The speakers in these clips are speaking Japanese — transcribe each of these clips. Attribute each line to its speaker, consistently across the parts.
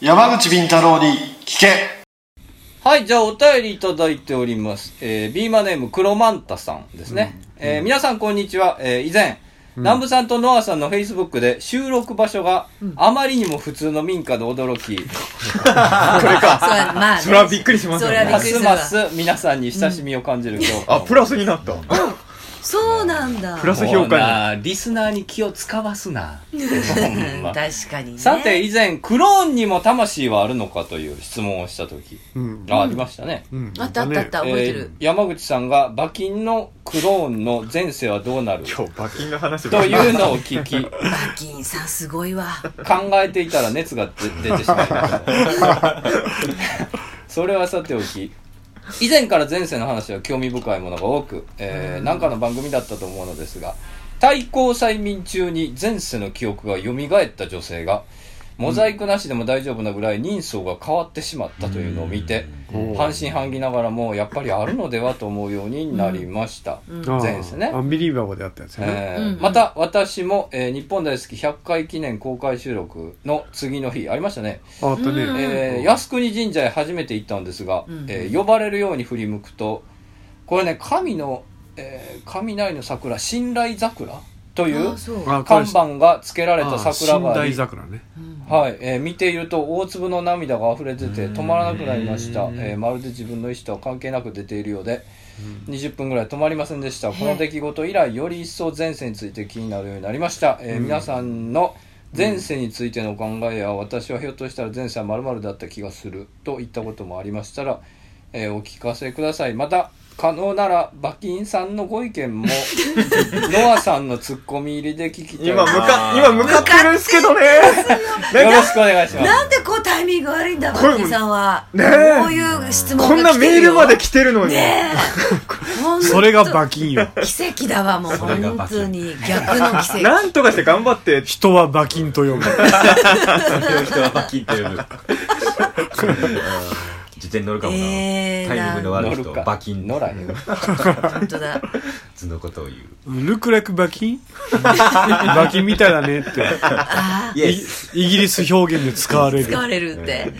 Speaker 1: 山口敏太郎に聞け
Speaker 2: はい、じゃあお便りいただいております。えー、ビーマネーム、クロマンタさんですね。えー皆さんこんにちは。えー以前、南部さんとノアさんのフェイスブックで収録場所があまりにも普通の民家で驚き、
Speaker 3: それは まあ、
Speaker 4: それはびっくりしますよ
Speaker 3: それはび
Speaker 4: ね
Speaker 3: っ
Speaker 2: ま
Speaker 3: くり
Speaker 2: す
Speaker 3: するわ
Speaker 2: ます皆さんに親しみを感じる評価
Speaker 4: あ
Speaker 2: を
Speaker 4: プラスになった
Speaker 3: そうなんだ。
Speaker 4: プラス
Speaker 2: も
Speaker 4: 評
Speaker 2: う
Speaker 4: 価に
Speaker 2: なリスナーに気を使わすな。ほんま
Speaker 3: 確かにね。
Speaker 2: さて、以前、クローンにも魂はあるのかという質問をしたとき、
Speaker 4: うん
Speaker 2: あありましたね。
Speaker 4: うん
Speaker 3: あったあったあった、覚えてる。
Speaker 2: えー山口さんが馬琴のクローンの前世はどうなる
Speaker 4: 今日馬琴の話
Speaker 2: というのを聞 き、
Speaker 3: バキンさんすごいわ。
Speaker 2: 考えていたら熱が出出てしまいました。 それはさておき、以前から前世の話は興味深いものが多く、えーなんかの番組だったと思うのですが、対抗催眠中に前世の記憶が蘇った女性が、モザイクなしでも大丈夫なぐらい人相が変わってしまったというのを見て、
Speaker 4: うん
Speaker 2: 半信半疑ながらもやっぱりあるのではと思うようになりました。
Speaker 4: あー
Speaker 2: 前世ね
Speaker 4: アンビリーバボーであったやつね、
Speaker 2: えー
Speaker 3: うん
Speaker 2: また私も、えー日本大好き100回記念公開収録の次の日ありましたね、
Speaker 4: ああったね、
Speaker 3: うん
Speaker 2: えー靖国神社へ初めて行ったんですが、
Speaker 3: うん
Speaker 2: えー呼ばれるように振り向くとこれね神の、えー雷の桜信頼桜とい
Speaker 3: あ
Speaker 2: う
Speaker 3: あそう。
Speaker 4: あ
Speaker 2: 看板が付けられた桜が
Speaker 4: あ
Speaker 2: あ
Speaker 4: ー
Speaker 2: り
Speaker 4: 寝台桜ね
Speaker 3: うん
Speaker 2: はい、えー見ていると大粒の涙が溢れ出て止まらなくなりました、えーまるで自分の意思とは関係なく出ているようで、20分ぐらい止まりませんでしたこの出来事以来より一層前世について気になるようになりました、えー皆さんの前世についてのお考えや私はひょっとしたら前世はまるだった気がするといったこともありましたら、えーお聞かせくださいまた可能なら馬琴さんのご意見 もノアさんのツッコミ入りで聞きたい
Speaker 4: 今向
Speaker 2: な
Speaker 4: か今向かってるんですけどね
Speaker 2: よろしくお願いします
Speaker 3: なんでこうタイミング悪いんだ、
Speaker 4: これ
Speaker 3: バキンさんは。
Speaker 4: ねえ
Speaker 3: こういう質問
Speaker 4: こん
Speaker 3: が
Speaker 4: な
Speaker 3: 来て
Speaker 4: メ
Speaker 3: る
Speaker 4: ール
Speaker 3: よ
Speaker 4: まで来てるのに、
Speaker 3: ね え。ほんと
Speaker 4: それが馬琴よ
Speaker 3: 奇跡だわ、もう。
Speaker 5: それが
Speaker 3: 本
Speaker 5: 馬琴
Speaker 3: 当に。逆の奇跡。
Speaker 4: なんとかして頑張って
Speaker 6: 人は馬琴と呼ぶ。
Speaker 5: 人は聞い てる。自転に乗るかもな。
Speaker 3: えー
Speaker 5: タイミングの悪い人、
Speaker 2: 乗るか
Speaker 5: 馬琴
Speaker 2: 乗らへんよ
Speaker 3: 本当 だ。
Speaker 5: 図のことを言う。
Speaker 6: ルクレク馬琴馬琴みたいだねって。
Speaker 3: あ
Speaker 5: イエス。
Speaker 6: イギリス表現で使わ
Speaker 3: あ、
Speaker 6: れ
Speaker 3: 使
Speaker 6: る。
Speaker 3: われるって。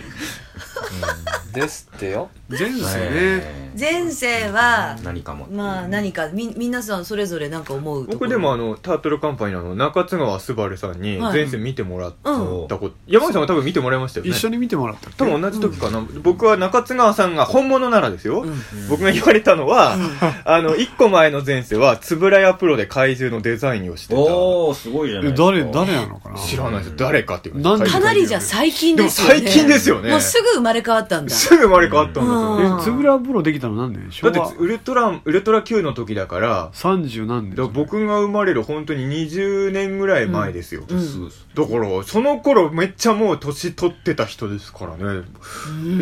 Speaker 2: ですってよ
Speaker 4: 前世ね
Speaker 5: えー
Speaker 3: 前世は、
Speaker 5: 何かも。
Speaker 3: まあ何か、み、皆さんそれぞれなんか思うとこ
Speaker 4: 僕
Speaker 3: ろ
Speaker 4: でもあのタートルカンパニーのあの中津川すばるさんに
Speaker 3: はい
Speaker 4: 前世見てもらった
Speaker 5: うん
Speaker 4: こと、山口さんは多分見てもらいましたよね
Speaker 6: 一緒に見てもらったっけ
Speaker 4: 多分同じ時かな、僕は中津川さんが本物ならですよ、僕が言われたのは、あの一個前の前世は円谷プロで怪獣のデザインをしてた
Speaker 5: おー、すごいじゃない
Speaker 6: え
Speaker 5: ですか。
Speaker 6: 誰、誰なのかな
Speaker 4: 知らないです誰かっていう感じ
Speaker 3: かなりじゃあ最近
Speaker 4: で
Speaker 3: で
Speaker 4: も
Speaker 3: すよね。
Speaker 4: 最近ですよね
Speaker 3: もうすぐ生まれ変わったんだ。
Speaker 4: すぐ生まれ変わったんだと、
Speaker 3: うん
Speaker 6: え、つぶら風呂できたの何年昭
Speaker 4: だ
Speaker 6: 和
Speaker 4: ってウルトラウルトラ Q の時だから
Speaker 6: 30何
Speaker 4: だから
Speaker 6: 年
Speaker 4: 僕が生まれる本当に20年ぐらい前ですよ、
Speaker 3: ん
Speaker 5: すごいっす
Speaker 4: だからその頃めっちゃもう年取ってた人ですからね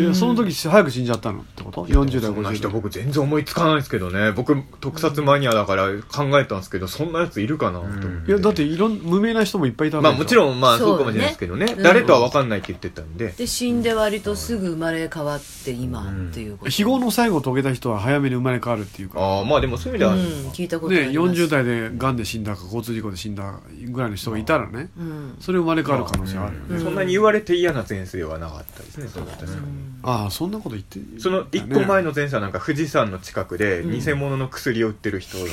Speaker 6: え、その時し早く死んじゃったのってこと ?40 代、
Speaker 4: そんな
Speaker 6: 50
Speaker 4: 人
Speaker 6: 代。
Speaker 4: 僕全然思いつかないですけどね僕特撮マニアだから考えたんですけどそんなやついるかなと思って、
Speaker 5: うん
Speaker 6: いや、だっていろん、無名な人もいっぱいいた
Speaker 4: まあもち
Speaker 6: ん。
Speaker 4: ろんまあ
Speaker 3: そう
Speaker 4: そ
Speaker 3: よね
Speaker 4: うかもしれないですけどね
Speaker 3: うん
Speaker 4: 誰とは分かんないって言ってたんで
Speaker 3: で死んで割とすぐ生まれ変わって今
Speaker 5: うん
Speaker 3: っていうこと。
Speaker 6: 非業の最後を遂げた人は早めに生まれ変わるっていうか。
Speaker 4: ああまあでもそういう意
Speaker 3: う
Speaker 4: 味
Speaker 3: ん、
Speaker 4: で
Speaker 3: 聞いたことあ
Speaker 6: ね、
Speaker 3: ります。
Speaker 6: 40。代で癌で死んだか交通事故で死んだぐらいの人がいたらね、
Speaker 3: うん。
Speaker 6: それ生まれ変わる可能性あるよね。
Speaker 4: はそんなに言われて嫌な前世ではなかったですねそれは確かに
Speaker 6: ああ、そんなこと言って
Speaker 4: その一個前の前世はなんか富士山の近くで偽物の薬を売ってる人だっ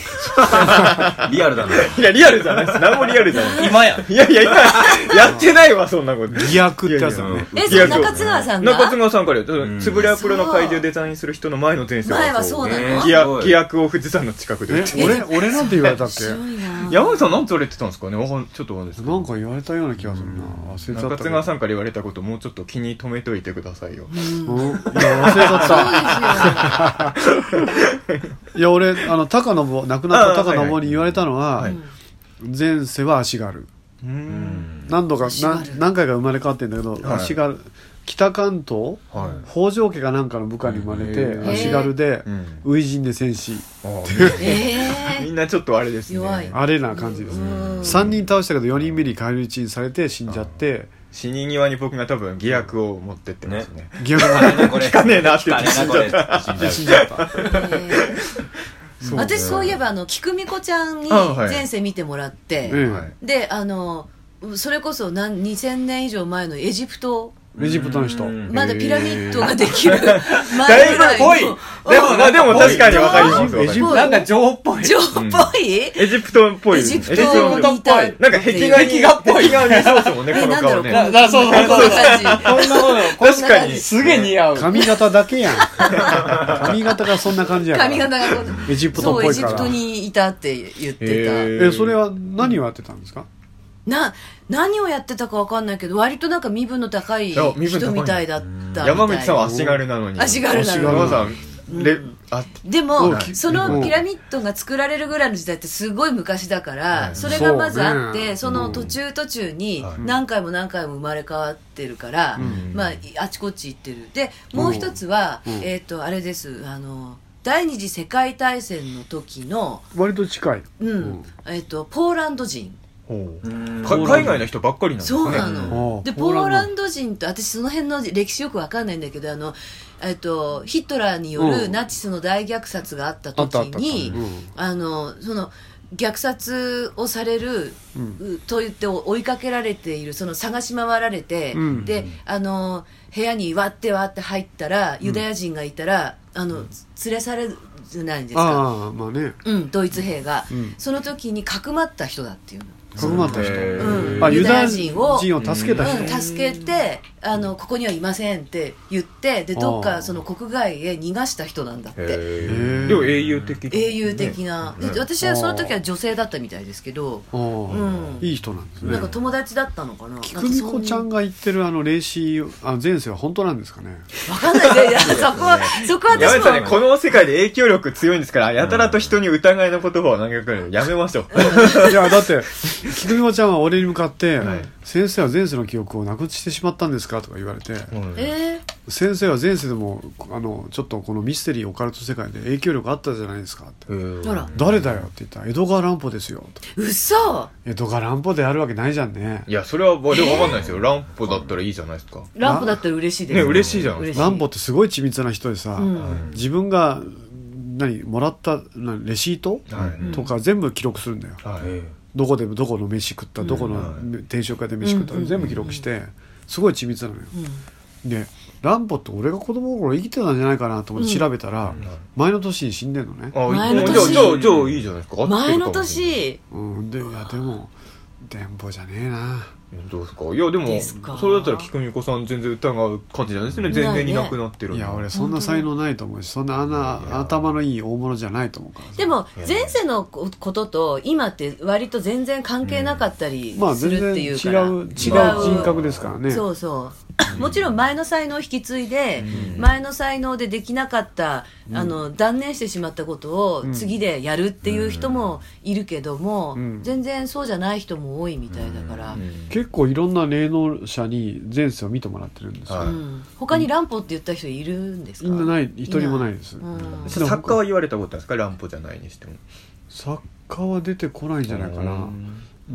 Speaker 5: リアルだな。
Speaker 4: たいやリアルじゃないです何もリアルじゃないで
Speaker 2: 今や
Speaker 4: すいやいや今やってないわそんなこと
Speaker 6: 偽悪ってやつだね。
Speaker 3: え、
Speaker 4: い
Speaker 3: そ
Speaker 4: や
Speaker 3: う中津川さんが
Speaker 4: 中津川さんから言
Speaker 5: ん
Speaker 4: うつぶらやプロの怪獣デザインする人の前の前世
Speaker 3: 前はそうな
Speaker 5: ね
Speaker 3: の
Speaker 4: 偽
Speaker 5: すご
Speaker 4: 薬
Speaker 5: い
Speaker 4: 偽薬を富士山の近くで売
Speaker 6: え
Speaker 4: ってる
Speaker 6: 俺 俺なんて言われたっけ
Speaker 3: 白いな
Speaker 4: 山口さんなんて言われてたんですかねわかんちょっとわかんないですけど
Speaker 6: なんか言われたような気がするな忘れちゃった
Speaker 4: 中津川さんから言われたこともうちょっと気に留めといてくださいよ
Speaker 6: うんいや忘れちゃ ったいや俺あの高信亡くなった
Speaker 4: あーはい
Speaker 6: 高
Speaker 4: はい
Speaker 6: 信に言われたのは、
Speaker 4: はい
Speaker 6: 前世は足がある
Speaker 4: うーん
Speaker 6: 何度か
Speaker 3: 足
Speaker 6: な
Speaker 3: 軽
Speaker 6: 何回か生まれ変わってんだけど、
Speaker 4: はい
Speaker 6: 足が北関東、
Speaker 4: はい
Speaker 6: 北条家かなんかの部下に生まれ
Speaker 4: へ
Speaker 6: て
Speaker 4: ー
Speaker 6: 足軽で
Speaker 4: うん
Speaker 6: 初陣で戦死
Speaker 4: あー
Speaker 3: え
Speaker 4: み
Speaker 3: え
Speaker 4: んなちょっとあれですね
Speaker 3: 弱い
Speaker 6: あれな感じです、
Speaker 3: うん
Speaker 6: 3人倒したけど4人目に返り討ちにされて死んじゃって
Speaker 4: 死に際に僕が多分偽薬を持ってってますね
Speaker 6: ゲームが
Speaker 5: これ。聞
Speaker 4: かねえなって
Speaker 5: 聞
Speaker 4: 言
Speaker 5: か
Speaker 4: っ
Speaker 5: ね
Speaker 4: て死んじゃ
Speaker 5: えな、これ。
Speaker 6: 死んじゃった
Speaker 3: ー私そういえばあの菊美子ちゃんに
Speaker 4: あはい
Speaker 3: 前世見てもらって
Speaker 6: ええ
Speaker 4: はい
Speaker 3: であのそれこそ何2000年以上前のエジプト
Speaker 6: エジプトの人
Speaker 5: うん
Speaker 3: まだピラミッドができる前
Speaker 4: だい
Speaker 3: ぐら
Speaker 4: ぶ
Speaker 3: いの
Speaker 4: ぽいでもな、でも確かにわかります。わかりますなんか情っぽい。
Speaker 3: 情っぽい
Speaker 4: エジプトっぽい。
Speaker 3: エジプ
Speaker 4: エ
Speaker 3: トにいた
Speaker 4: なんか壁画、
Speaker 3: っていう
Speaker 4: っぽい。壁画見 そうですもんね、
Speaker 3: え
Speaker 4: この
Speaker 3: な
Speaker 4: 顔
Speaker 3: んだろ
Speaker 4: ね。
Speaker 2: だだそうそう
Speaker 3: こ
Speaker 2: そ
Speaker 3: ん
Speaker 2: う
Speaker 3: な感
Speaker 2: こんなこと
Speaker 4: 確かに。
Speaker 2: すげえ似合う
Speaker 6: 髪型だけやん髪型がそんな感じ
Speaker 3: じ
Speaker 6: やから
Speaker 3: 髪型がこう
Speaker 6: エジプト
Speaker 3: そ
Speaker 6: っ
Speaker 3: うエ
Speaker 6: ぽい
Speaker 3: ジ
Speaker 6: か
Speaker 3: プ
Speaker 6: ら
Speaker 3: トにいたって言ってた、
Speaker 4: へ
Speaker 6: えそれは何をやってたんですか
Speaker 3: な何をやってたかわかんないけど割となんか身分の高い
Speaker 4: いや身分
Speaker 3: 人
Speaker 4: 高い
Speaker 3: みたいだったみたい
Speaker 4: 山口さんは足軽なのに。
Speaker 3: 足軽なのに
Speaker 4: 山口さん、レ、あ、
Speaker 3: で
Speaker 6: う
Speaker 3: も
Speaker 6: ん
Speaker 3: そのピラミッドが作られるぐらいの時代ってすごい昔だからそれがまずあっ
Speaker 6: そう
Speaker 3: て
Speaker 6: ね
Speaker 3: その途中途中に何回も何回も生まれ変わってるからまああちこち行ってるでもう一つは
Speaker 6: うん
Speaker 3: えっとあれですあの第二次世界大戦の時の
Speaker 6: 割と近い
Speaker 3: うんえっとポーランド人
Speaker 4: ほう
Speaker 5: うん
Speaker 4: か海外の人ばっかりなんですね。
Speaker 3: そうな
Speaker 6: う
Speaker 3: の
Speaker 6: ん
Speaker 3: でポーランド人と私その辺の歴史よくわかんないんだけどあの、えっと、ヒトラーによ
Speaker 6: う
Speaker 3: る
Speaker 6: ん
Speaker 3: ナチスの大虐殺があった
Speaker 6: あっ
Speaker 3: 時
Speaker 6: たあったあった
Speaker 3: に、
Speaker 6: うん
Speaker 3: あのその虐殺をされる、と言って追いかけられているその探し回られて、
Speaker 6: うん
Speaker 3: であの部屋に割って割って入ったらユダヤ人がいたら、あの連れ去れるじゃないですか、
Speaker 6: ああまあね
Speaker 3: うん、ドイツ兵が、
Speaker 6: うん
Speaker 3: その時にかくまった人だっていうの。
Speaker 6: そうなった人
Speaker 4: へ
Speaker 3: ー
Speaker 6: あ
Speaker 3: ユ
Speaker 6: ユ
Speaker 3: ダ
Speaker 6: ダ
Speaker 3: ヤ
Speaker 6: ヤ
Speaker 3: 人
Speaker 6: 人
Speaker 3: を
Speaker 6: を助けた
Speaker 3: う
Speaker 6: 人
Speaker 3: ん、助けてあのここにはいませんって言ってでどっ
Speaker 6: あ
Speaker 3: か
Speaker 6: ー
Speaker 3: その国外へ逃がした人なんだって
Speaker 4: へーでも英雄的。
Speaker 3: 英雄的な、で私はその時は女性だったみたいですけど、
Speaker 6: あ
Speaker 3: うん
Speaker 6: あいい人なんですね
Speaker 3: なんか友達だったのかな
Speaker 6: 久美子ちゃん
Speaker 3: が
Speaker 6: が言ってるあの霊視あ前世は本当なんですかね
Speaker 3: わかんないいやいやそこはそこは
Speaker 4: やめ
Speaker 3: 私
Speaker 4: てさんね、
Speaker 3: も
Speaker 4: この世界で影響力強いんですから、やたらと人に疑いの言葉を投げかけるのやめましょ う。
Speaker 6: いやだ って菊美子ちゃんは俺に向かって、
Speaker 4: はい
Speaker 6: 先生は前世の記憶をなくしてしまったんですか?」とか言われて、
Speaker 3: えー
Speaker 6: 先生は前世でもあのちょっとこのミステリーオカルト世界で影響力あったじゃないですか」って
Speaker 4: うん
Speaker 3: ほら
Speaker 6: 「誰だよ」って言ったら「江戸川乱歩ですよ」と
Speaker 3: 嘘
Speaker 6: 「江戸川乱歩であるわけないじゃんね
Speaker 4: いや、それは、まあでもわかんないですよ。乱歩だったらいいじゃないですか。
Speaker 3: ランプだったら嬉しいです
Speaker 4: ね、嬉しいじゃないです
Speaker 3: 嬉しい
Speaker 6: 乱歩ってすごい緻密な人でさ、
Speaker 3: うん
Speaker 6: 自分が何もらったなレシート、
Speaker 4: か。はい。
Speaker 6: とか全部記録するんだよ
Speaker 4: はい。
Speaker 6: どこでどこの飯食ったどこの定食屋で飯食った
Speaker 3: うん
Speaker 6: 全部記録してすごい緻密なのよ、で乱歩って俺が子供の頃生きてたんじゃないかなと思って調べたら、前の年に死んでんのね、
Speaker 4: あ
Speaker 3: 前の年
Speaker 4: じゃあ、じゃあ、じゃあいいじゃないですか。
Speaker 3: 前の
Speaker 4: 合ってるかもしれな
Speaker 3: 年
Speaker 4: い。
Speaker 6: うん、でいやでも電報じゃねえな
Speaker 4: どうですかいや、で
Speaker 3: ですか
Speaker 4: も、それだったら、菊美子さん全然疑う感じなんですね。全然いなくなってる。
Speaker 6: いや俺そんな才能ないと思うしそんなあんな頭のいい大物じゃないと思うからさ
Speaker 3: でも前世のことと今って割と全然関係なかったり
Speaker 6: まあ
Speaker 3: す
Speaker 6: 全
Speaker 3: るっ
Speaker 6: 然
Speaker 3: てい
Speaker 6: 違う違う
Speaker 3: うから、
Speaker 6: 人格ですからね
Speaker 3: そうそう。もちろん前の才能を引き継いで、前の才能でできなかった、あの、断念してしまったことを次でやるっていう人もいるけども、
Speaker 6: ん
Speaker 3: 全然そうじゃない人も多いみたいだから、
Speaker 6: 結構いろんな霊能者に前世を見てもらってるんですよ、
Speaker 4: は
Speaker 3: う
Speaker 4: い
Speaker 3: ん他に乱歩って言った人いるんですか
Speaker 6: みんなない一人もないです
Speaker 3: うん
Speaker 4: さ作家は言われたことあるんですか乱歩じゃないにしても。
Speaker 6: 作家は出てこないんじゃないかな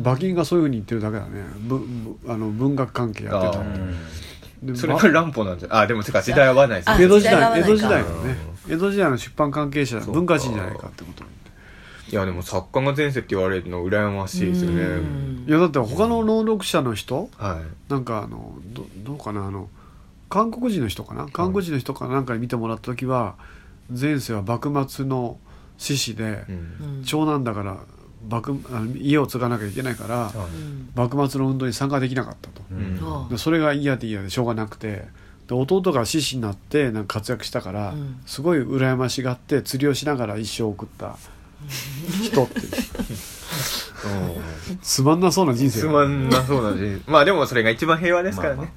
Speaker 6: 馬琴がそういうふうに言ってるだけだねぶぶあの文学関係やってたってで
Speaker 4: それ
Speaker 6: ま
Speaker 4: が乱歩なんじゃ、あ、でも、てか時代は合わないです
Speaker 3: あ
Speaker 4: ね。
Speaker 6: 江戸時
Speaker 3: あ
Speaker 6: 代江
Speaker 3: 時
Speaker 6: 戸時
Speaker 3: 代
Speaker 6: 代
Speaker 3: が
Speaker 6: のね江戸時代の出版関係者文化人じゃないかってこと
Speaker 4: いや、でも作家が前世って言われるの羨ましいですよ
Speaker 3: う
Speaker 4: ね。
Speaker 3: ん
Speaker 6: いやだって他の能力者の人
Speaker 4: は
Speaker 6: なんかあのどどうかなあの韓国人の人かな韓国人の人かなんかに見てもらった時は前世は幕末の志士で
Speaker 4: い。う
Speaker 3: うんん
Speaker 6: 長男だから幕あの家を継がなきゃいけないから
Speaker 4: は
Speaker 3: うん
Speaker 6: 幕末の運動に参加できなかったと。
Speaker 4: うん
Speaker 3: そ
Speaker 6: でそれが嫌で嫌でしょうがなくてで弟が獅子になってなんか活躍したから、
Speaker 3: うん
Speaker 6: すごい羨ましがって釣りをしながら一生送った人っていうつまんなそうな人生
Speaker 4: つまんなそうな人生まあでもそれが一番平和ですからね、うん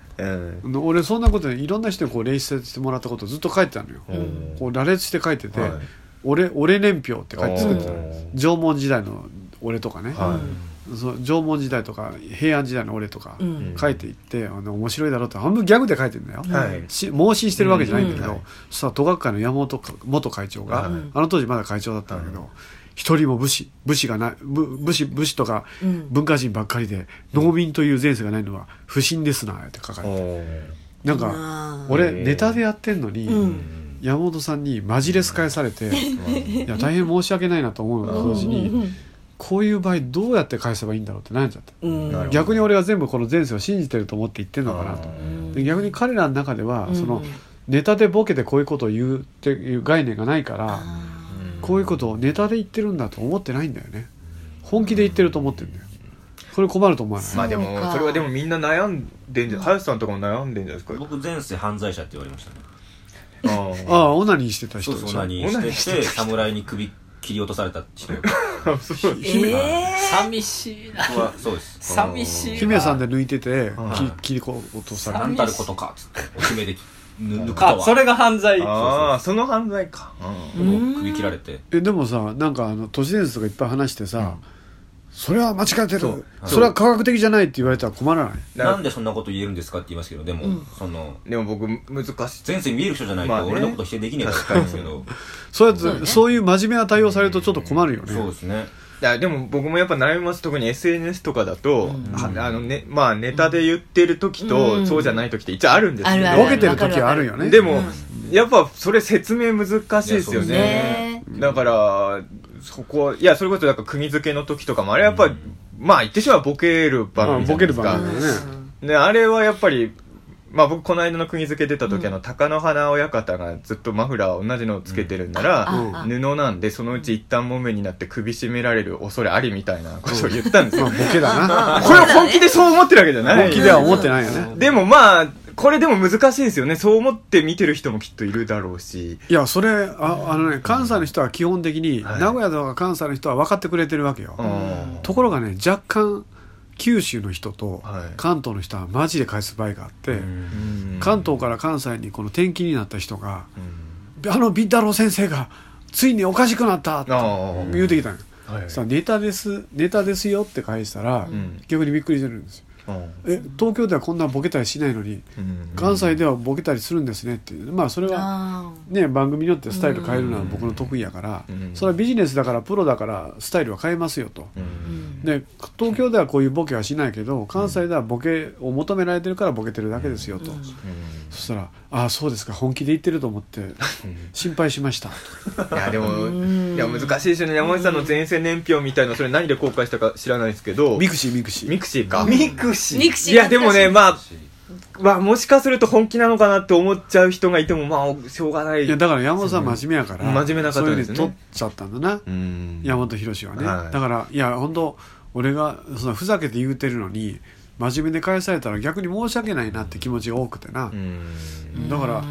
Speaker 6: 俺そんなこといろんな人にこうレイスしてもらったことずっと書いてたのよ、
Speaker 4: ん
Speaker 6: こう羅列して書いてて「
Speaker 4: はい
Speaker 6: 俺俺年表」って書いて作ってたの
Speaker 4: うん
Speaker 6: 縄文時代の俺とかね、
Speaker 4: は
Speaker 6: その縄文時代とか平安時代の俺とか
Speaker 3: うん
Speaker 6: 書いていって、あの面白いだろうって半分ギャグで書いてるんだよ、
Speaker 4: はい
Speaker 6: し妄信してるわけじゃないんだけど、
Speaker 4: うんうん
Speaker 6: そしたら都学会の山本か元会長が、
Speaker 4: はい
Speaker 6: あの当時まだ会長だったんだけど、一人も武士武士がない武武士武士とか
Speaker 3: うん
Speaker 6: 文化人ばっかりで、農民という前世がないのは不審ですなって書かれて、なんか
Speaker 3: あー
Speaker 6: 俺ネタでやってんのに、
Speaker 3: うん
Speaker 6: 山本さんにマジレス返されて、いや大変申し訳ないなと思うのと同時にこういう場合どうやって返せばいいんだろうって悩んじゃって
Speaker 3: うん
Speaker 5: なるほど
Speaker 6: 逆に俺は全部この前世を信じてると思って言ってるのかなと
Speaker 3: うん
Speaker 6: で逆に彼らの中では、
Speaker 3: うん
Speaker 6: そのネタでボケてこういうことを言うっていう概念がないからこういうことをネタで言ってるんだと思ってないんだよね本気で言ってると思ってるんだよそれ困ると思わない
Speaker 4: まあでも
Speaker 3: そうか
Speaker 4: それはでもみんな悩んでんじゃ林さんとかも悩んでんじゃないですか
Speaker 5: 僕前世犯罪者って言われましたね
Speaker 6: ああオナニーしてた人
Speaker 5: そう
Speaker 6: でしょ
Speaker 5: そう何
Speaker 4: オナニー
Speaker 5: し
Speaker 4: して
Speaker 5: てて侍に首切り落とされた人僕
Speaker 4: あ そう
Speaker 3: ええ
Speaker 2: 寂しいな
Speaker 5: はそうです
Speaker 2: 寂しい
Speaker 6: 姫さんで抜いてて、
Speaker 4: はい
Speaker 6: き切りこ落とされ
Speaker 5: な
Speaker 6: た
Speaker 5: んたることかっつってお姫でぬ抜くと
Speaker 2: あ
Speaker 5: は
Speaker 2: それが犯罪
Speaker 4: ああその犯罪かうん
Speaker 5: もう首切られて
Speaker 6: えでもさなんかあの都市伝説とかいっぱい話してさ、それは間違えてるそ,、
Speaker 4: う
Speaker 6: れは科学的じゃないって言われたら困らない
Speaker 5: なんでそんなこと言えるんですかって言いますけどでも、その
Speaker 4: でも僕難しい
Speaker 5: 前世見える人じゃない
Speaker 4: まあ
Speaker 5: と
Speaker 4: ね
Speaker 5: 俺のこと否定できねえからって言うんですけど、
Speaker 6: そうやつ
Speaker 3: そ
Speaker 6: そうう,、
Speaker 3: ね
Speaker 6: いう真面目な対応されるとちょっと困るよね、
Speaker 5: そうですね
Speaker 4: いやでも僕もやっぱ悩みます特に SNS とかだと、はあのねまあネタで言ってる時と、
Speaker 3: うん
Speaker 4: そうじゃない時って一応あるんですけど
Speaker 3: ある
Speaker 6: ボケてる時はあるよね
Speaker 4: でも、やっぱそれ説明難しいですよ
Speaker 5: いやそう
Speaker 4: ね
Speaker 3: ね
Speaker 4: だからそこはいやそれこそなんか組付けの時とかもあれやっぱ、まあ言ってしまうボケる場面じゃないです
Speaker 6: まあボケ
Speaker 4: か、
Speaker 6: る場面
Speaker 3: うん
Speaker 6: ね
Speaker 4: であれはやっぱりまあ僕この間の釘付け出た時、あの鷹の花親方がずっとマフラー同じのをつけてるんなら、
Speaker 3: うんああ
Speaker 4: 布なんでそのうち一旦もめになって首絞められる恐れありみたいなことを言ったんです
Speaker 6: ま
Speaker 4: よ、
Speaker 6: あボケだな
Speaker 4: これ本気でそう思ってるわけじゃない
Speaker 6: 本気では思ってないよね、
Speaker 4: でもまあこれでも難しいですよねそう思って見てる人もきっといるだろうし
Speaker 6: いやそれああのね関西の人は基本的に、
Speaker 4: はい
Speaker 6: 名古屋とか関西の人は分かってくれてるわけよ、
Speaker 4: うん、
Speaker 6: ところがね若干九州の人と
Speaker 4: はい
Speaker 6: 関東の人はマジで返す場合があって、
Speaker 4: うん
Speaker 6: 関東から関西にこの転勤になった人が
Speaker 4: う
Speaker 6: 「
Speaker 4: ん
Speaker 6: あのビンタロウ先生がついにおかしくなった」って
Speaker 4: ああ
Speaker 6: 言うてきたんよ
Speaker 4: はい
Speaker 6: さあネタですネタですよ」って返したら、
Speaker 4: ん
Speaker 6: 逆にびっくりするんですよ
Speaker 4: うん
Speaker 6: 「え東京ではこんなボケたりしないのに
Speaker 4: うん
Speaker 6: 関西ではボケたりするんですね」っていうまあそれは。
Speaker 3: あ
Speaker 6: ね、番組によってスタイル変えるのは僕の得意やから、
Speaker 4: うん
Speaker 6: それはビジネスだからプロだからスタイルは変えますよと、
Speaker 4: うん
Speaker 3: ーうん
Speaker 6: で東京ではこういうボケはしないけど関西ではボケを求められてるからボケてるだけですよと、そしたら「ああそうですか本気で言ってると思って心配しました」
Speaker 4: いやでもいや難しいですよね山内さんの前世年表みたいなそれ何で公開したか知らないですけど
Speaker 6: ミクシーミクシー
Speaker 4: ミクシーかミクシ
Speaker 3: ミクシー
Speaker 4: いやでもねまあ
Speaker 5: し
Speaker 4: まあもしかすると本気なのかなって思っちゃう人がいてもまあしょうがない
Speaker 6: いやだから山本さん真面目やから
Speaker 4: そう真面目な方
Speaker 6: そういう
Speaker 4: で
Speaker 6: ふ
Speaker 4: す
Speaker 6: う
Speaker 4: ね
Speaker 6: に取っちゃったんだな、
Speaker 4: うん
Speaker 6: 山本博はね、
Speaker 4: はい
Speaker 6: だからいや本当俺がそのふざけて言うてるのに真面目で返されたら逆に申し訳ないなって気持ちが多くてな、
Speaker 4: うん
Speaker 6: だから、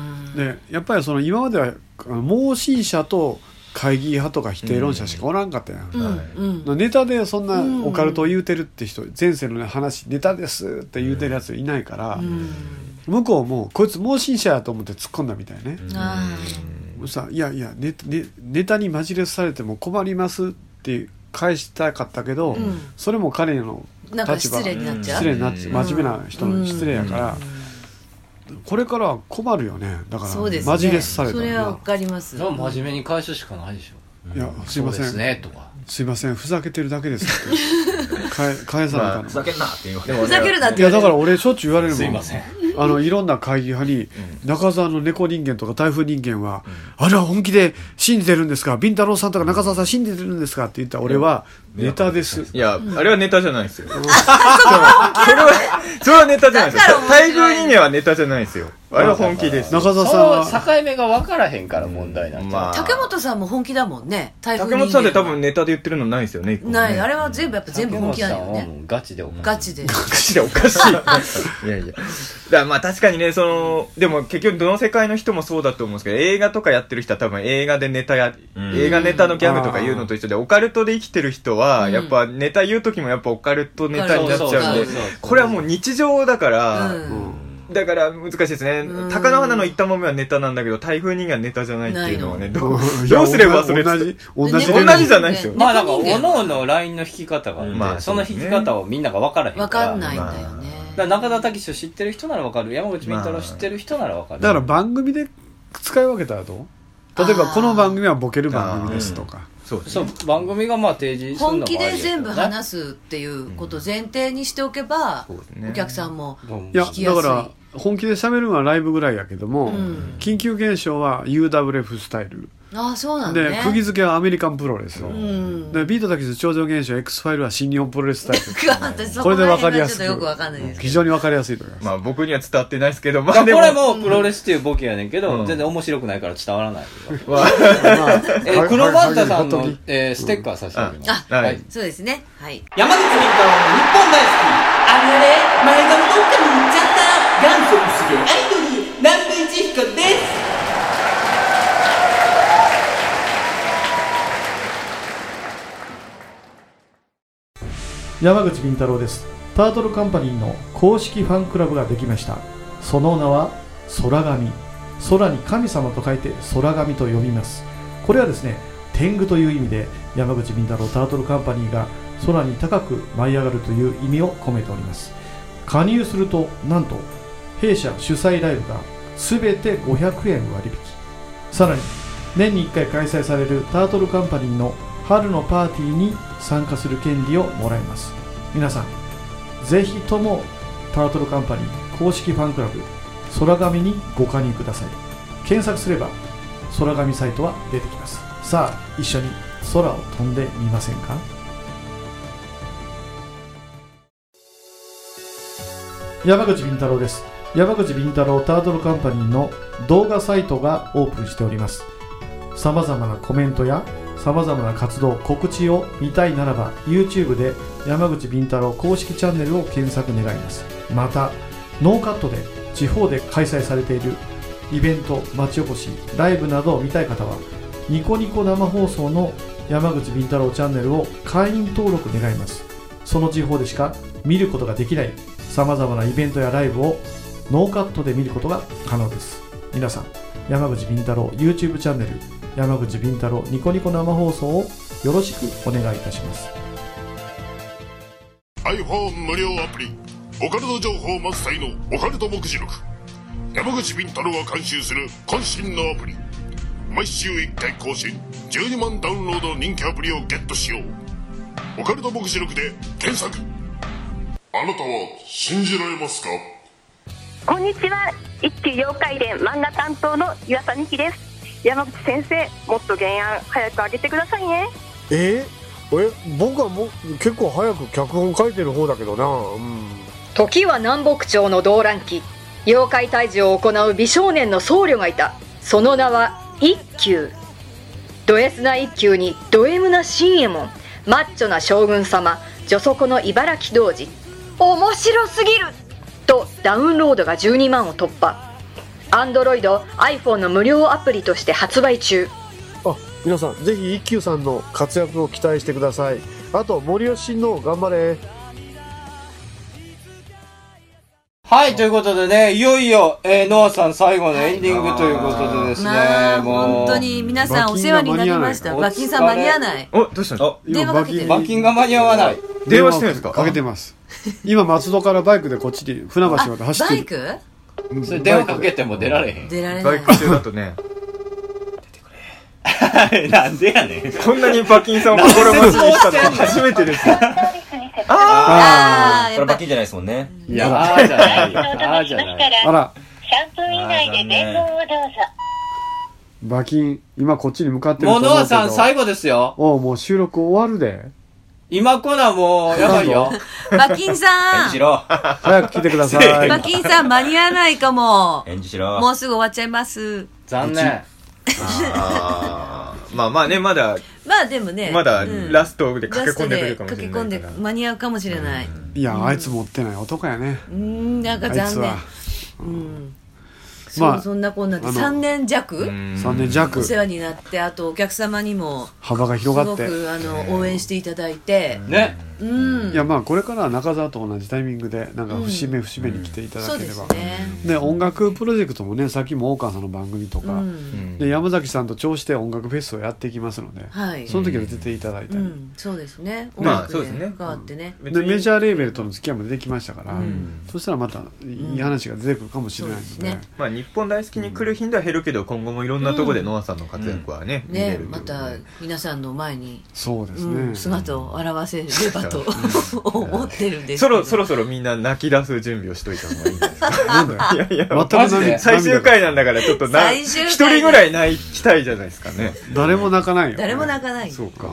Speaker 6: ね、やっぱりその今まではあの盲信者と会議派とか否定論者しかおらんかったやん、
Speaker 3: うん
Speaker 4: はい
Speaker 3: うん
Speaker 6: ネタでそんなオカルトを言うてるって人、前世の話ネタですって言うてるやついないから、向こうもこいつ盲信者やと思って突っ込んだみたいね、
Speaker 3: あ
Speaker 6: さいやいやネネネタにマジレスされても困りますって返したかったけど、
Speaker 3: ん
Speaker 6: それも彼の
Speaker 3: ーなんか
Speaker 6: 立場
Speaker 3: 失礼になっちゃ
Speaker 6: 失
Speaker 3: う
Speaker 6: 礼になっちゃう真面目な人の失礼やから、これからは困るよねだから
Speaker 3: そうですね
Speaker 6: マジレスされた
Speaker 3: そ
Speaker 6: ら
Speaker 3: れ
Speaker 6: な
Speaker 3: はわかります
Speaker 2: でも真面目に返すしかないでしょ
Speaker 6: いやすい
Speaker 2: そうん
Speaker 6: ませ
Speaker 2: ですすねとか
Speaker 6: いませんふざけてるだけですって返返さなあか
Speaker 5: ふ
Speaker 6: ん
Speaker 5: ざ
Speaker 6: の
Speaker 5: けんなって言われ
Speaker 4: で
Speaker 5: て
Speaker 4: も
Speaker 3: ふざけるなっ
Speaker 6: い
Speaker 3: て
Speaker 6: やだから俺しょっちゅう言われるもん
Speaker 2: すいません
Speaker 6: あのいろんな会議派に中澤の猫人間とか台風人間は、あれは本気で信じてるんですかビンタロウさんとか中澤さん信じてるんですかって言ったら俺はネタです
Speaker 4: いや、あれはネタじゃないですよ。それは、それはネタじゃないです
Speaker 3: だ
Speaker 4: よ
Speaker 3: から。面白い
Speaker 4: 台風人間はネタじゃないですよ。あれは本気ですよ。
Speaker 6: 中澤さん
Speaker 2: そ
Speaker 6: は
Speaker 2: の境目が分からへんから問題なんて
Speaker 4: まあ、
Speaker 3: 竹本さんも本気だもんね台風
Speaker 4: 竹
Speaker 3: 人間
Speaker 4: 本さんって多分ネタで言ってるのないですよね、一個もね
Speaker 3: ないあれは全部やっぱ全部本気なんよ
Speaker 2: 竹本さんは
Speaker 3: ね
Speaker 2: もうガチでお金
Speaker 3: ガチで
Speaker 4: おかしい、おかし い。いやいや。だからまあ確かにね、その、でも結局どの世界の人もそうだと思うんですけど、映画とかやってる人は多分映画でネタや、
Speaker 5: うん
Speaker 4: 映画ネタのギャグとか言うのと一緒で、オカルトで生きてる人
Speaker 3: う
Speaker 4: は、
Speaker 3: ん
Speaker 4: やっぱネタ言う時もやっぱオカルトネタになっちゃうん
Speaker 2: そ
Speaker 4: で
Speaker 2: うそうそうそう、
Speaker 4: これはもう日常だか
Speaker 3: う
Speaker 4: ら、
Speaker 3: ん
Speaker 4: だから難しいですね
Speaker 3: うん。
Speaker 4: 高野花の言ったもめはネタなんだけど、台風人間はネタじゃないっていうのはね、どう
Speaker 6: いや
Speaker 4: どうすればそれ
Speaker 6: 同じ同じ
Speaker 3: ね
Speaker 4: 同じじゃないですよ。
Speaker 2: まあなんか各々のラインの引き方があって、
Speaker 5: ま
Speaker 4: あ
Speaker 2: その引き方をみんなが分からへんから
Speaker 3: わかんないん
Speaker 2: だか
Speaker 3: だよね
Speaker 2: ら中田武史を知ってる人なら分かる山口み太郎知ってる人なら分かる、
Speaker 6: だから番組で使い分けたらどう例えばこの番組はボケる番組ですとか、
Speaker 4: そうです
Speaker 2: そ
Speaker 4: ね
Speaker 2: う番組がまあ提示するの
Speaker 3: 本
Speaker 2: もあり
Speaker 3: 気
Speaker 2: やけど
Speaker 3: で
Speaker 2: ね
Speaker 3: 全部話すっていうことを前提にしておけば
Speaker 4: そうですね
Speaker 3: お客さんも
Speaker 2: うん
Speaker 6: いや
Speaker 3: 聞きやすい
Speaker 6: だから本気で喋るのはライブぐらいやけども、
Speaker 3: うん
Speaker 6: 緊急現象は UWF スタイル、
Speaker 3: ああそうなんだ
Speaker 6: で
Speaker 3: ね
Speaker 6: 釘付けはアメリカンプロレス、
Speaker 3: うん
Speaker 6: でビートたけし超常現象 X ファイルは新日本プロレススタイ ル
Speaker 3: 私 そ
Speaker 6: こ
Speaker 3: こ
Speaker 6: れで
Speaker 3: ら
Speaker 6: 分か
Speaker 3: 辺
Speaker 6: りや
Speaker 3: が
Speaker 6: す
Speaker 3: ちょっ
Speaker 6: く
Speaker 3: とよくわかんないですけ
Speaker 6: 非常に分かりやすいと思います、
Speaker 4: まあ僕には伝わってないですけど、ま
Speaker 2: だ
Speaker 4: あ
Speaker 2: か
Speaker 4: で
Speaker 2: ら
Speaker 4: も
Speaker 2: これ、もプロレスっていうボケやねんけど、
Speaker 4: うん
Speaker 2: 全然面白くないから伝わらない。
Speaker 4: まあ
Speaker 2: えー、黒バッタさん
Speaker 6: 本当
Speaker 2: の
Speaker 6: に、
Speaker 2: えーステッカー差し上げます。
Speaker 4: あはい
Speaker 2: はい
Speaker 3: ど。そうですねはい
Speaker 2: 山口み太郎の日本大好き
Speaker 7: あれあれ前髪どっかに行っちゃった元祖すげアイドル南部一彦です
Speaker 8: 山口敏太郎ですタートルカンパニーの公式ファンクラブができましたその名は空神空に神様と書いて空神と呼びますこれはですね天狗という意味で山口敏太郎タートルカンパニーが空に高く舞い上がるという意味を込めております加入するとなんと弊社主催ライブが全て500円割引さらに年に1回開催されるタートルカンパニーの春のパーティーに参加する権利をもらえます皆さんぜひともタートルカンパニー公式ファンクラブ空紙にご加入ください検索すれば空紙サイトは出てきますさあ一緒に空を飛んでみませんか山口敏太郎です山口敏太郎タートルカンパニーの動画サイトがオープンしておりますさまざまなコメントやさまざまな活動告知を見たいならば YouTube で山口敏太郎公式チャンネルを検索願いますまたノーカットで地方で開催されているイベント町おこしライブなどを見たい方はニコニコ生放送の山口敏太郎チャンネルを会員登録願いますその地方でしか見ることができないさまざまなイベントやライブをノーカットで見ることが可能です皆さん山口敏太郎 YouTube チャンネル山口敏太郎ニコニコ生放送をよろしくお願いいたします
Speaker 9: iPhone 無料アプリオカルト情報満載のオカルト目次録山口敏太郎が監修する渾身のアプリ毎週1回更新12万ダウンロードの人気アプリをゲットしようオカルト目次録で検索あなたは信じられますか
Speaker 10: こんにちは一級妖怪伝漫画担当の岩田美希です山口先生もっと原案早く上げてくださいね
Speaker 11: ええ僕はもう結構早く脚本書いてる方だけどな、うん、
Speaker 12: 時は南北朝の動乱期妖怪退治を行う美少年の僧侶がいたその名は一休ド S な一休にド M な新右衛門マッチョな将軍様女底の茨城童子面白すぎるとダウンロードが12万を突破アンドロイド iPhone の無料アプリとして発売中
Speaker 11: あ皆さんぜひ一休さんの活躍を期待してくださいあと森吉親王頑張れ
Speaker 2: はい、ということでね、いよいよ、えー、ノアさん最後のエンディングということでですね、
Speaker 3: まあ
Speaker 2: もう、
Speaker 3: 本当に皆さんお世話になりました
Speaker 2: 馬
Speaker 3: 馬
Speaker 2: 琴
Speaker 3: 琴
Speaker 2: が
Speaker 3: さん
Speaker 2: 間
Speaker 3: 間
Speaker 2: に
Speaker 3: に
Speaker 2: 合
Speaker 3: 合
Speaker 2: わ
Speaker 3: わ
Speaker 2: な
Speaker 3: ないい
Speaker 4: お、どうしたの
Speaker 3: 電話かけてる
Speaker 6: 今
Speaker 2: 罰金が間に合わない。
Speaker 4: 電話してるんですか
Speaker 6: かけてます今松戸からバイクでこっちに船橋まで走っ
Speaker 3: バ
Speaker 6: て
Speaker 3: イ
Speaker 6: る
Speaker 3: ク
Speaker 6: うん
Speaker 2: それ電話かけても出られへん。
Speaker 3: 出られな
Speaker 4: バ
Speaker 3: い
Speaker 4: イク中だとね、
Speaker 2: なんでやねん。
Speaker 4: こんなに馬琴さんを心待ちにしたの初めてです。
Speaker 3: ああ
Speaker 5: こ
Speaker 3: や
Speaker 5: れ
Speaker 3: っぱ
Speaker 5: 罰金じゃないですもんね。
Speaker 2: いや、あーじゃないよ。あーじゃない。
Speaker 6: あら
Speaker 10: 3分
Speaker 5: 以内で伝言
Speaker 10: をどうぞ
Speaker 6: 馬琴今こっちに向かってると
Speaker 2: もう
Speaker 6: 思うけ
Speaker 2: ノ
Speaker 6: ど
Speaker 2: アさん最後ですよ。
Speaker 6: おうもう収録終わるで
Speaker 2: 今こなもう、やばいよ。
Speaker 3: 馬琴さ
Speaker 5: 演
Speaker 3: ん
Speaker 5: じろ。
Speaker 6: 早く来てく ださい
Speaker 3: 馬琴さん間に合わないかも
Speaker 5: 演じしろ。
Speaker 3: もうすぐ終わっちゃいます
Speaker 2: 残念。
Speaker 4: あーまあまあね、まだ、
Speaker 3: まあでもね
Speaker 4: まだ
Speaker 3: うん
Speaker 4: ラストで
Speaker 3: ラ
Speaker 4: 駆
Speaker 3: ス
Speaker 4: け
Speaker 3: ト
Speaker 4: 込んでく
Speaker 3: で
Speaker 4: るかもしれ
Speaker 3: 駆け
Speaker 4: な
Speaker 3: 込んで
Speaker 4: いから。
Speaker 3: 間に合うかもしれない
Speaker 6: いやあいつ持ってない男やね
Speaker 3: うーんなんか
Speaker 6: あいつ
Speaker 3: 残念
Speaker 6: は
Speaker 3: うん
Speaker 6: まあ
Speaker 3: そうそんなこんなで
Speaker 6: あの
Speaker 3: 3年弱
Speaker 6: 3年弱
Speaker 3: お世話になってあとお客様にも
Speaker 6: 幅が
Speaker 3: す
Speaker 6: 広が
Speaker 3: ご
Speaker 6: って
Speaker 3: くあの応援していただいて
Speaker 2: ね。
Speaker 3: うん
Speaker 6: いやまあこれからは中澤と同じタイミングでなんか節目節目に来ていた
Speaker 3: そ
Speaker 6: だ
Speaker 3: う
Speaker 6: け
Speaker 3: で
Speaker 6: れば、
Speaker 3: すね
Speaker 6: で音楽プロジェクトもねさっきも大川さんの番組と
Speaker 3: う
Speaker 6: か、
Speaker 3: ん
Speaker 6: で山崎さんと調子で音楽フェスをやっていきますので、
Speaker 3: はい
Speaker 6: その時は出ていただいた
Speaker 3: う
Speaker 6: り、
Speaker 3: んそうですね音
Speaker 4: まあ
Speaker 3: 楽
Speaker 4: そうで
Speaker 3: です
Speaker 4: ね
Speaker 3: 変わってね
Speaker 6: でメジャ
Speaker 4: ー。
Speaker 6: ーレーベルとの付き合いも出てきましたから、
Speaker 4: ん
Speaker 6: そしたらまたいい話が出てくるかもしれないので,、
Speaker 3: そうですね
Speaker 4: まあ日本大好きに来る頻度は減るけど、今後もいろんなとこでノアさんの活躍はね、見れ
Speaker 3: ね
Speaker 4: るという
Speaker 3: ま
Speaker 4: ことで
Speaker 3: た皆さんの前に
Speaker 6: そうですね、
Speaker 3: うん姿を現せればだと 思ってるんです
Speaker 4: そろそろそろみんな泣き出す準備をしといた方がいいんじゃな いですか。いやいや、
Speaker 6: また
Speaker 4: マジで
Speaker 6: 涙
Speaker 4: 最終回なんだからちょっとな、
Speaker 3: 最
Speaker 4: 一
Speaker 3: 終回
Speaker 4: 人ぐらい泣きたいじゃないですかね。
Speaker 6: 誰も泣かないよ
Speaker 3: 誰も泣かない
Speaker 6: そうか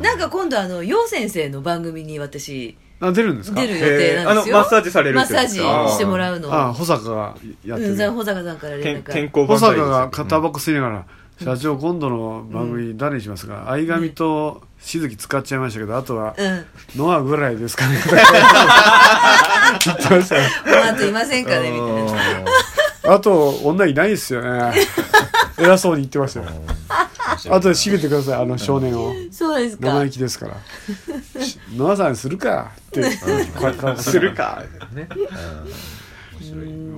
Speaker 3: なんか今度あの陽先生の番組に私
Speaker 6: あ出るんですか
Speaker 3: 出る予定なんですよ、
Speaker 6: へえあのマッサージされる
Speaker 3: マ
Speaker 6: っ
Speaker 3: ッ
Speaker 6: て
Speaker 3: サ
Speaker 6: こ
Speaker 3: ー
Speaker 6: とです
Speaker 3: ジ
Speaker 6: か
Speaker 3: してもらうの
Speaker 6: ああ保坂がやって
Speaker 3: う
Speaker 6: る
Speaker 3: んじゃあ保坂さんから連絡が
Speaker 6: 保坂がタバコ吸いながら「社長今度の番組誰にしますか相上と静木使っちゃいましたけどあとは
Speaker 3: うん
Speaker 6: ノアぐらいですかね」きっとさ
Speaker 3: もうあといませんかねみたいな
Speaker 6: あと女いないです よね偉そうに言ってましたよあとで締めてくださいあの少年を
Speaker 3: そうですか
Speaker 6: 生意気ですから「ノアさんするか」ってこうやって顔
Speaker 4: するか。ね。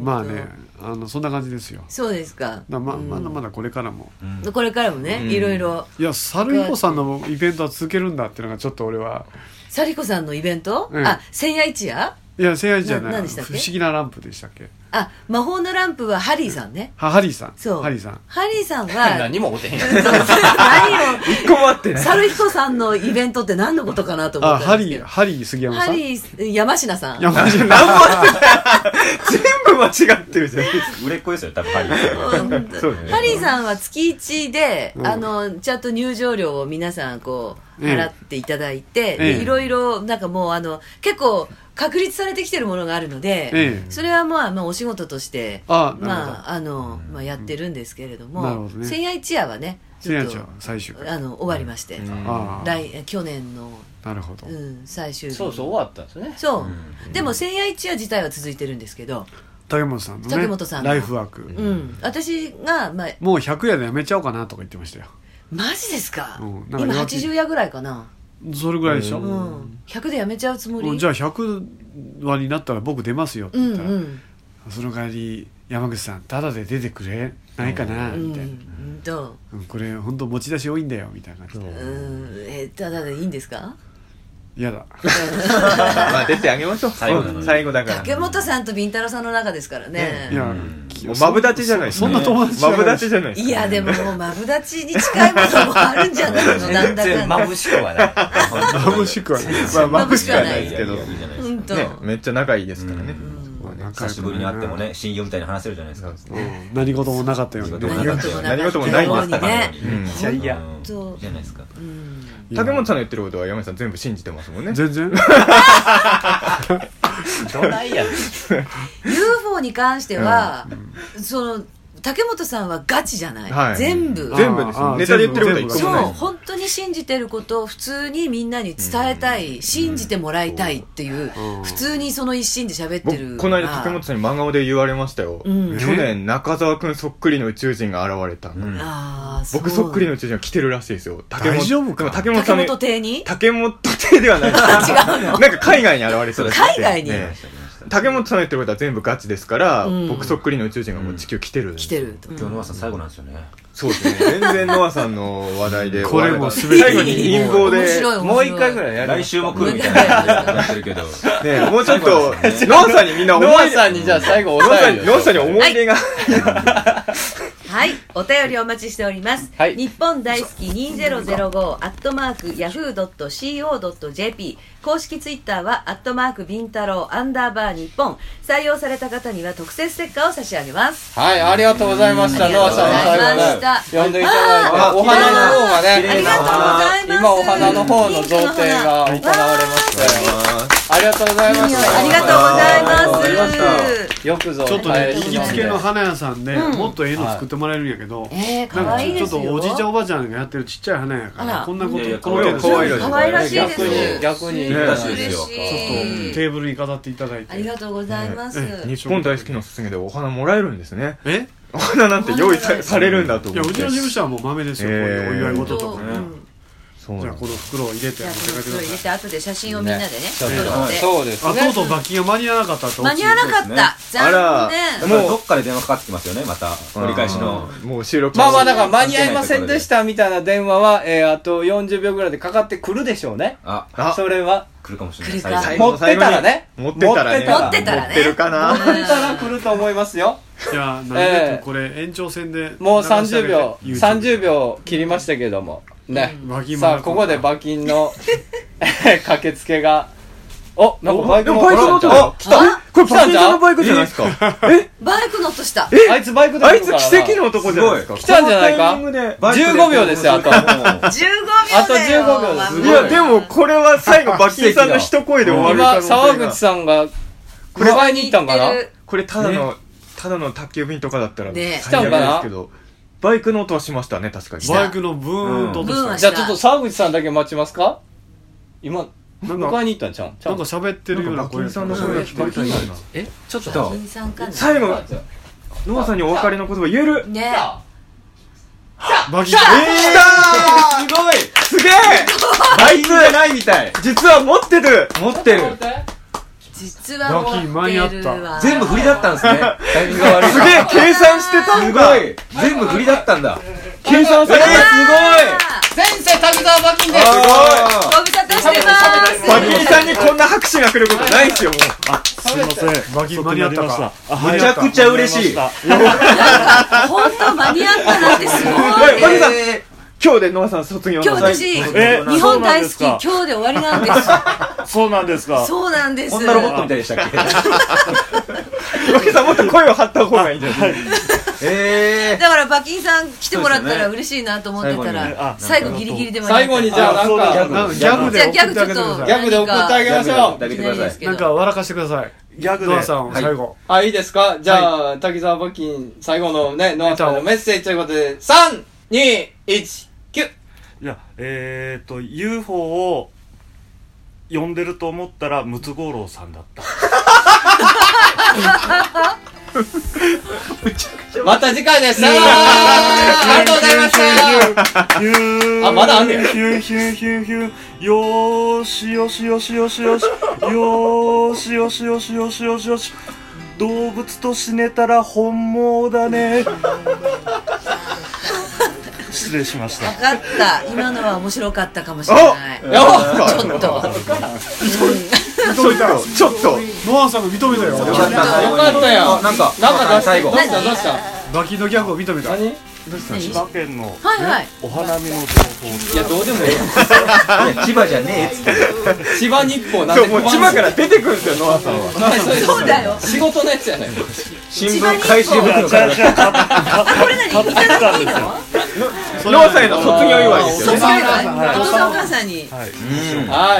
Speaker 6: まあねあのそんな感じですよ
Speaker 3: そうですか
Speaker 6: だままだまだこれからも、
Speaker 3: これからもね、
Speaker 6: うん
Speaker 3: いろいろ
Speaker 6: いや猿彦さんのイベントは続けるんだっていうのがちょっと俺は
Speaker 3: サリコさんのイベント、
Speaker 6: うん
Speaker 3: あ千夜一夜
Speaker 6: いやせやじゃな
Speaker 3: ない何でしたっ
Speaker 6: 不
Speaker 3: け
Speaker 6: 思議なランプでしたっけ
Speaker 3: あ魔法のランプはハリーさんね
Speaker 6: はハリーさん
Speaker 3: そう
Speaker 6: ハリーさん
Speaker 3: ハリーさん は
Speaker 2: 何もおてへんや
Speaker 3: 何を
Speaker 6: 一個も合って
Speaker 3: サルヒコさんのイベントって何のことかなと思
Speaker 6: あ
Speaker 3: った
Speaker 6: ハ
Speaker 3: んです
Speaker 6: リーハリー杉
Speaker 3: けど
Speaker 6: 山さ
Speaker 3: ハ
Speaker 6: ん
Speaker 3: リー山科さん
Speaker 6: 山科 さん
Speaker 4: 全部間違ってるじゃないですか。売れっ子ですよ、多分、ハリー。そう
Speaker 3: ハリーさんは月1で、
Speaker 4: うん
Speaker 3: あのちゃんと入場料を皆さんこう
Speaker 4: ええ
Speaker 3: 払っていただいて、
Speaker 4: ええ
Speaker 3: でいろいろなんかもうあの結構確立されてきてるものがあるので、
Speaker 6: ええ
Speaker 3: それはまあまあお仕事として
Speaker 6: あなるほど
Speaker 3: まああのまあやってるんですけれど
Speaker 6: なるほ
Speaker 3: も
Speaker 6: どね
Speaker 3: 千夜一夜はね
Speaker 6: せやちゃん最終
Speaker 3: あの終わりまして、
Speaker 6: ああ
Speaker 3: 来去年の、
Speaker 6: なるほど
Speaker 3: うん、最終日
Speaker 2: そうそう終わったんです ね
Speaker 3: そう、でも千夜一夜自体は続いてるんですけど、
Speaker 6: 竹本さんのね
Speaker 3: 竹本さんの
Speaker 6: ライフワーク、
Speaker 3: うん、私が、まあ、
Speaker 6: もう100夜でやめちゃおうかなとか言ってましたよ、
Speaker 3: マジですか
Speaker 6: うん、なんか
Speaker 3: 今
Speaker 6: 弱気
Speaker 3: 80夜ぐらいかな、
Speaker 6: それぐらいでしょ、
Speaker 3: うん、100でやめちゃうつもり
Speaker 6: うんじゃあ100話になったら僕出ますよって
Speaker 3: うん
Speaker 6: 言っ
Speaker 3: う
Speaker 6: たら、
Speaker 3: ん
Speaker 6: その代わり山口さんタダで出てくれないかな、みたいな、
Speaker 3: うんと
Speaker 6: うんこれ本当持ち出し多いんだよみたいな感じ
Speaker 3: う
Speaker 6: で
Speaker 3: んえただでいいんですか
Speaker 6: 嫌だ
Speaker 4: まあ出てあげましょう。最後なのに最後だから。
Speaker 3: 竹本さんとビンタロウさんの中ですからね
Speaker 4: いや、もうマブダチじゃないですか
Speaker 6: そんな友達じゃない
Speaker 4: マブダチじゃないです
Speaker 3: いやでももうマブダチに近いものもあるんじゃないのなんだかんだ
Speaker 4: 眩しくはない。眩しくはない。まあ眩しくはないですけど。
Speaker 3: 本当
Speaker 4: ね、めっちゃ仲いいですからね。
Speaker 5: 久しぶりに会ってもね、親友みたいに話せるじゃないですか。
Speaker 6: 何事もなかったように
Speaker 5: 何事もなかったように
Speaker 4: 何事もないんですから
Speaker 5: ね
Speaker 4: うん
Speaker 5: いやいや
Speaker 4: うん
Speaker 3: そう
Speaker 4: じゃないですか。竹本さんの言ってることは山口さん全部信じてますもんね。
Speaker 6: 全 然。
Speaker 4: どないや
Speaker 3: UFO に関しては、その竹本さんはガチじゃない、
Speaker 4: はい
Speaker 3: 全部
Speaker 4: 全部ですよあーネタで言ってることは一個もない
Speaker 3: そう本当に信じてることを普通にみんなに伝えたい、信じてもらいたいっていう、普通にその一心で喋ってる
Speaker 4: 僕、この間竹本さんに真顔で言われましたよ。
Speaker 3: うん
Speaker 4: 去年、中澤くんそっくりの宇宙人が現れた。僕そっくりの宇宙人が来てるらしいですよ。竹本
Speaker 6: 大丈夫か
Speaker 4: でも竹本さ
Speaker 3: 竹
Speaker 4: んの
Speaker 3: 本邸に
Speaker 4: 竹本邸ではない
Speaker 3: 違うの
Speaker 4: なんか海外に現れそうです
Speaker 3: 海外に
Speaker 4: ね竹本さんの言ってることは全部ガチですから、
Speaker 3: うん
Speaker 4: 僕そっくりの宇宙人がもう地球来てる、
Speaker 3: 来てると
Speaker 5: 今日の朝最後なんですよね。
Speaker 4: そうですね全然ノアさんの話題で
Speaker 6: これもう全て
Speaker 4: 最後に陰謀で
Speaker 5: 面白い面白いもう一回ぐらいやる来週も来るみたいな感じになってるけど
Speaker 4: ねもうちょっと、
Speaker 5: 最後ですね
Speaker 4: ノアさんにみんな思い
Speaker 2: ノアさんにじゃあ最後お便りを
Speaker 4: ノアさんにノアさんに思い出が、
Speaker 3: はい、お便りお待ちしております。日本大好き2005アットマーク yahoo.co.jp 公式ツイッターはアットマークビンタロウアンダーバー日本採用された方には特設ステッカーを差し上げます。
Speaker 2: はい、ありがとうございました。
Speaker 3: うん
Speaker 2: ノアさんの最後
Speaker 3: ありが
Speaker 2: ね、
Speaker 3: とうございました
Speaker 2: 呼んでいただいて、
Speaker 3: あ
Speaker 2: お花の方がね、
Speaker 3: ありがとうございます
Speaker 2: 今お花の方の贈呈が行われまして、ありがとうございました。
Speaker 3: ありがとうございます
Speaker 2: ありがとうございましたよくぞ、
Speaker 6: ちょっとね
Speaker 2: 帰
Speaker 6: 行
Speaker 2: り
Speaker 6: き
Speaker 2: ま
Speaker 6: つ
Speaker 2: で
Speaker 6: けの花屋さんで
Speaker 2: うん
Speaker 6: もっとええの作ってもらえるんやけど、
Speaker 3: えー
Speaker 6: なん
Speaker 3: 可愛い
Speaker 6: ち
Speaker 3: で
Speaker 6: ょっ
Speaker 3: すよ
Speaker 6: とおじいちゃんおばあちゃんがやってるちっちゃい花屋やか
Speaker 3: あ
Speaker 6: ら
Speaker 3: ら
Speaker 6: こんなこと
Speaker 3: いやいや
Speaker 6: この程度
Speaker 3: 可愛いらしい可愛らしいです
Speaker 6: 逆
Speaker 2: 逆
Speaker 6: に
Speaker 2: に
Speaker 6: ね
Speaker 2: 嬉しい
Speaker 3: ですよ
Speaker 6: ちょっとテーブルに飾っていただいて
Speaker 3: ありがとうございます。
Speaker 4: 日本大好きのすすめでお花もらえるんですね
Speaker 6: え
Speaker 4: お花なんて用意さされるんだと
Speaker 6: い
Speaker 4: 思
Speaker 6: や
Speaker 4: っ
Speaker 6: う
Speaker 4: て
Speaker 6: ちの事務所はもう豆ですよ、こういうお祝い事とかね、
Speaker 4: そう
Speaker 6: じゃあこの袋を入れて
Speaker 3: じゃ
Speaker 6: 持
Speaker 3: あ
Speaker 6: っ
Speaker 3: この
Speaker 6: て帰ってく
Speaker 3: 袋入れ
Speaker 6: ださい
Speaker 3: て後で写真をみんなでね
Speaker 6: ね
Speaker 3: 撮って。
Speaker 6: あとうとう罰金が間に合わなかったと
Speaker 3: 間に合わなかった残念
Speaker 5: もうどっかで電話かかってきますよね、また。折り返しの。
Speaker 4: もう収録
Speaker 2: まあまあだから間に合いませんでしたみたいな電話は、えー、あと40秒ぐらいでかかってくるでしょうね。
Speaker 5: あ、
Speaker 2: それは。
Speaker 5: 来るかもしれ
Speaker 2: 持
Speaker 5: な
Speaker 2: っ
Speaker 5: い。
Speaker 2: てた
Speaker 5: 最後
Speaker 2: らね。持ってたらね。
Speaker 4: 持ってたらね
Speaker 2: 持
Speaker 4: 持
Speaker 2: っ
Speaker 4: ってて
Speaker 2: た
Speaker 4: た
Speaker 2: ら
Speaker 4: らね持ってるかな
Speaker 2: 持ってたら来ると思いますよ。
Speaker 6: いやなるべ
Speaker 2: え
Speaker 6: くこれ延長戦で
Speaker 2: ーもう
Speaker 6: 流してあげて
Speaker 2: 30秒、
Speaker 6: YouTube
Speaker 2: 30秒切りましたけども。ね。さあ、ここで馬金の駆けつけが。お、なんかバイク
Speaker 4: で
Speaker 2: の
Speaker 4: もバイク乗ってた
Speaker 2: あ来た
Speaker 3: あ
Speaker 4: これパセンジャーのバイクじゃないですか。え
Speaker 3: バイクの音した。
Speaker 2: あいつバイク
Speaker 4: あいつ奇跡の男じゃないですか。
Speaker 2: 来たんじゃないか
Speaker 4: バイクで
Speaker 2: ?15 秒ですよ、あと。
Speaker 3: 15秒だよ。
Speaker 2: あと15秒です
Speaker 4: いや、でもこれは最後、バッキーさんの一声で終わる可能
Speaker 2: 今、
Speaker 4: 性が
Speaker 2: 沢口さんが、
Speaker 4: これ
Speaker 2: 迎えに行ったんかな
Speaker 4: これただの、
Speaker 2: ね
Speaker 4: ただの宅急便とかだったら、
Speaker 2: ね
Speaker 4: 最悪ですけど、バイクの音はしましたね、確かに。
Speaker 2: バイク
Speaker 11: のブ
Speaker 4: ーンと音したブーンはした
Speaker 2: じゃあちょっと沢口さんだけ待ちますか今、迎えに行ったんちゃうんちゃう
Speaker 11: なんか喋ってるような声が
Speaker 4: なんかバッキンさんの声が聞こえたような
Speaker 2: バッキンさんえちょっ
Speaker 4: バ
Speaker 2: と
Speaker 4: ッキン
Speaker 3: さんかな
Speaker 4: 最後、ノアさんにお別れの言葉言える
Speaker 3: ね
Speaker 4: バキ
Speaker 3: さあ
Speaker 4: えー、すごいすげえバイクじゃないみたい実は持ってる持ってる
Speaker 3: 実は持ってるわ。
Speaker 5: 全部振りだったんですね。タイミングが悪い。
Speaker 4: すげえ計算してたんだ
Speaker 5: すごい全部振りだったんだ。
Speaker 4: 計算されてる
Speaker 2: 前世滝沢馬琴です
Speaker 4: すごい
Speaker 3: ご無沙汰してます。
Speaker 4: バッキーさんにこんな拍手が来ることないですよ、もう。あ、すいません。バキ
Speaker 11: 間に合ったか
Speaker 4: めちゃくちゃ嬉しい。バ
Speaker 3: 本当間に合ったなんてすごい。
Speaker 4: キーさん、今日でノアさん卒業
Speaker 3: 今日私、日本大好き、今日で終わりなんです。
Speaker 11: そうなんですか
Speaker 3: そうなんです。
Speaker 4: みたいでしたっけバキーさんもっと声を張った方がいいんじゃないえ
Speaker 3: だから馬琴さん来てもらったら嬉しいなと思ってた
Speaker 4: そうですね
Speaker 3: ら、
Speaker 4: 最
Speaker 3: 最
Speaker 4: 後
Speaker 3: 後
Speaker 4: にね
Speaker 3: ギリギリで間
Speaker 2: 最後にじゃあなんか、
Speaker 11: ギャグで
Speaker 3: じゃあギャグちょっと
Speaker 11: ギャグで送
Speaker 3: 何か
Speaker 11: ってあげましょう
Speaker 5: てください。
Speaker 11: なんか笑かしてくださいギャグノアさん
Speaker 2: はい
Speaker 11: 最後
Speaker 2: あ、いいですかじゃあ、滝沢馬琴、最後のね、ノアさんのメッセージということで、3、2、1、9。
Speaker 6: いやえー、と UFO を呼んでると思ったらムツゴロウさんだった
Speaker 2: また次回です。さようならありがとうございました。あ、まだあんねん。
Speaker 6: ヒューヒューヒューヒューよーしよしよしよしよしよーしよしよしよしよしよし動物と死ねたら本望だね失礼しました
Speaker 3: 分かった。今のは面白かったかもしれない。
Speaker 6: おや
Speaker 3: ちょっと。
Speaker 4: ちょっと、ちょっと。
Speaker 11: ノアさんが認めたよよ
Speaker 5: かった最後によかったよあなんかなんか出した最後どうしたどうした
Speaker 11: バキのギャグを認めた
Speaker 2: 何
Speaker 11: どうした
Speaker 6: 千葉県の
Speaker 3: はいはい。
Speaker 6: お花見の情報
Speaker 2: いやどうでもえ
Speaker 5: いや千葉じゃねえっつって
Speaker 2: 千葉日報なん
Speaker 4: そ
Speaker 2: で
Speaker 4: う、もう千葉から出てくるんですよ、ノアさんは。
Speaker 3: そうだよ。
Speaker 2: 仕事のやつやねん
Speaker 4: 新聞回収袋から。ノアさんへの卒業祝いですよ
Speaker 3: 卒業
Speaker 4: ね。
Speaker 3: 会お父さんお母さんに。
Speaker 2: はい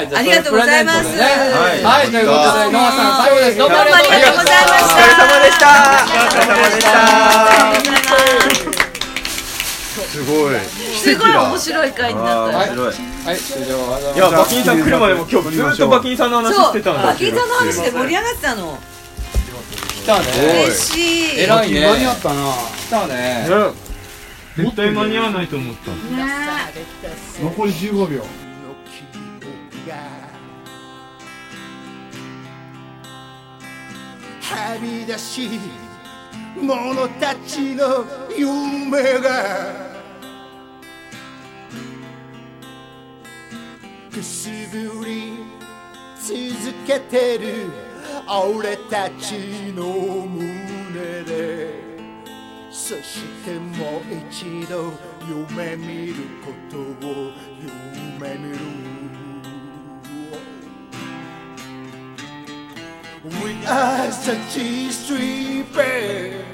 Speaker 2: じゃ
Speaker 3: ありがとうございます
Speaker 2: それプレゼントでねはいということでノアさん最後ですどうもありがとうございました
Speaker 4: すごい。
Speaker 3: すごい面白い回になった。
Speaker 2: 白いはい終了ありがとうございます
Speaker 4: いや、バキンさん来るまでも今日ずっとバキンさんの話し
Speaker 3: そう、
Speaker 4: てた
Speaker 3: バ
Speaker 4: んです
Speaker 3: キ
Speaker 4: よ。
Speaker 3: ンさんの話で盛り上がってたの。
Speaker 2: 来たね
Speaker 3: 嬉しい。
Speaker 2: 偉いね
Speaker 11: 間に合ったな
Speaker 2: 来たね
Speaker 4: 絶対間に合わないと思った。
Speaker 11: 残り15秒
Speaker 9: はみ出し者たちの夢がくすぶり続けてる俺たちの胸でそしてもう一度夢見ることを夢見る We are such a street band.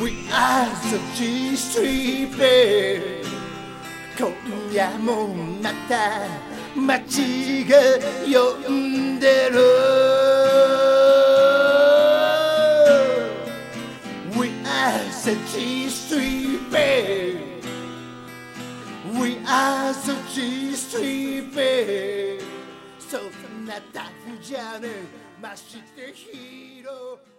Speaker 9: We are such a street band. 今夜もまた街が呼んでる We are such a street band. We are such a street band. そんなタフじゃねましてヒーロー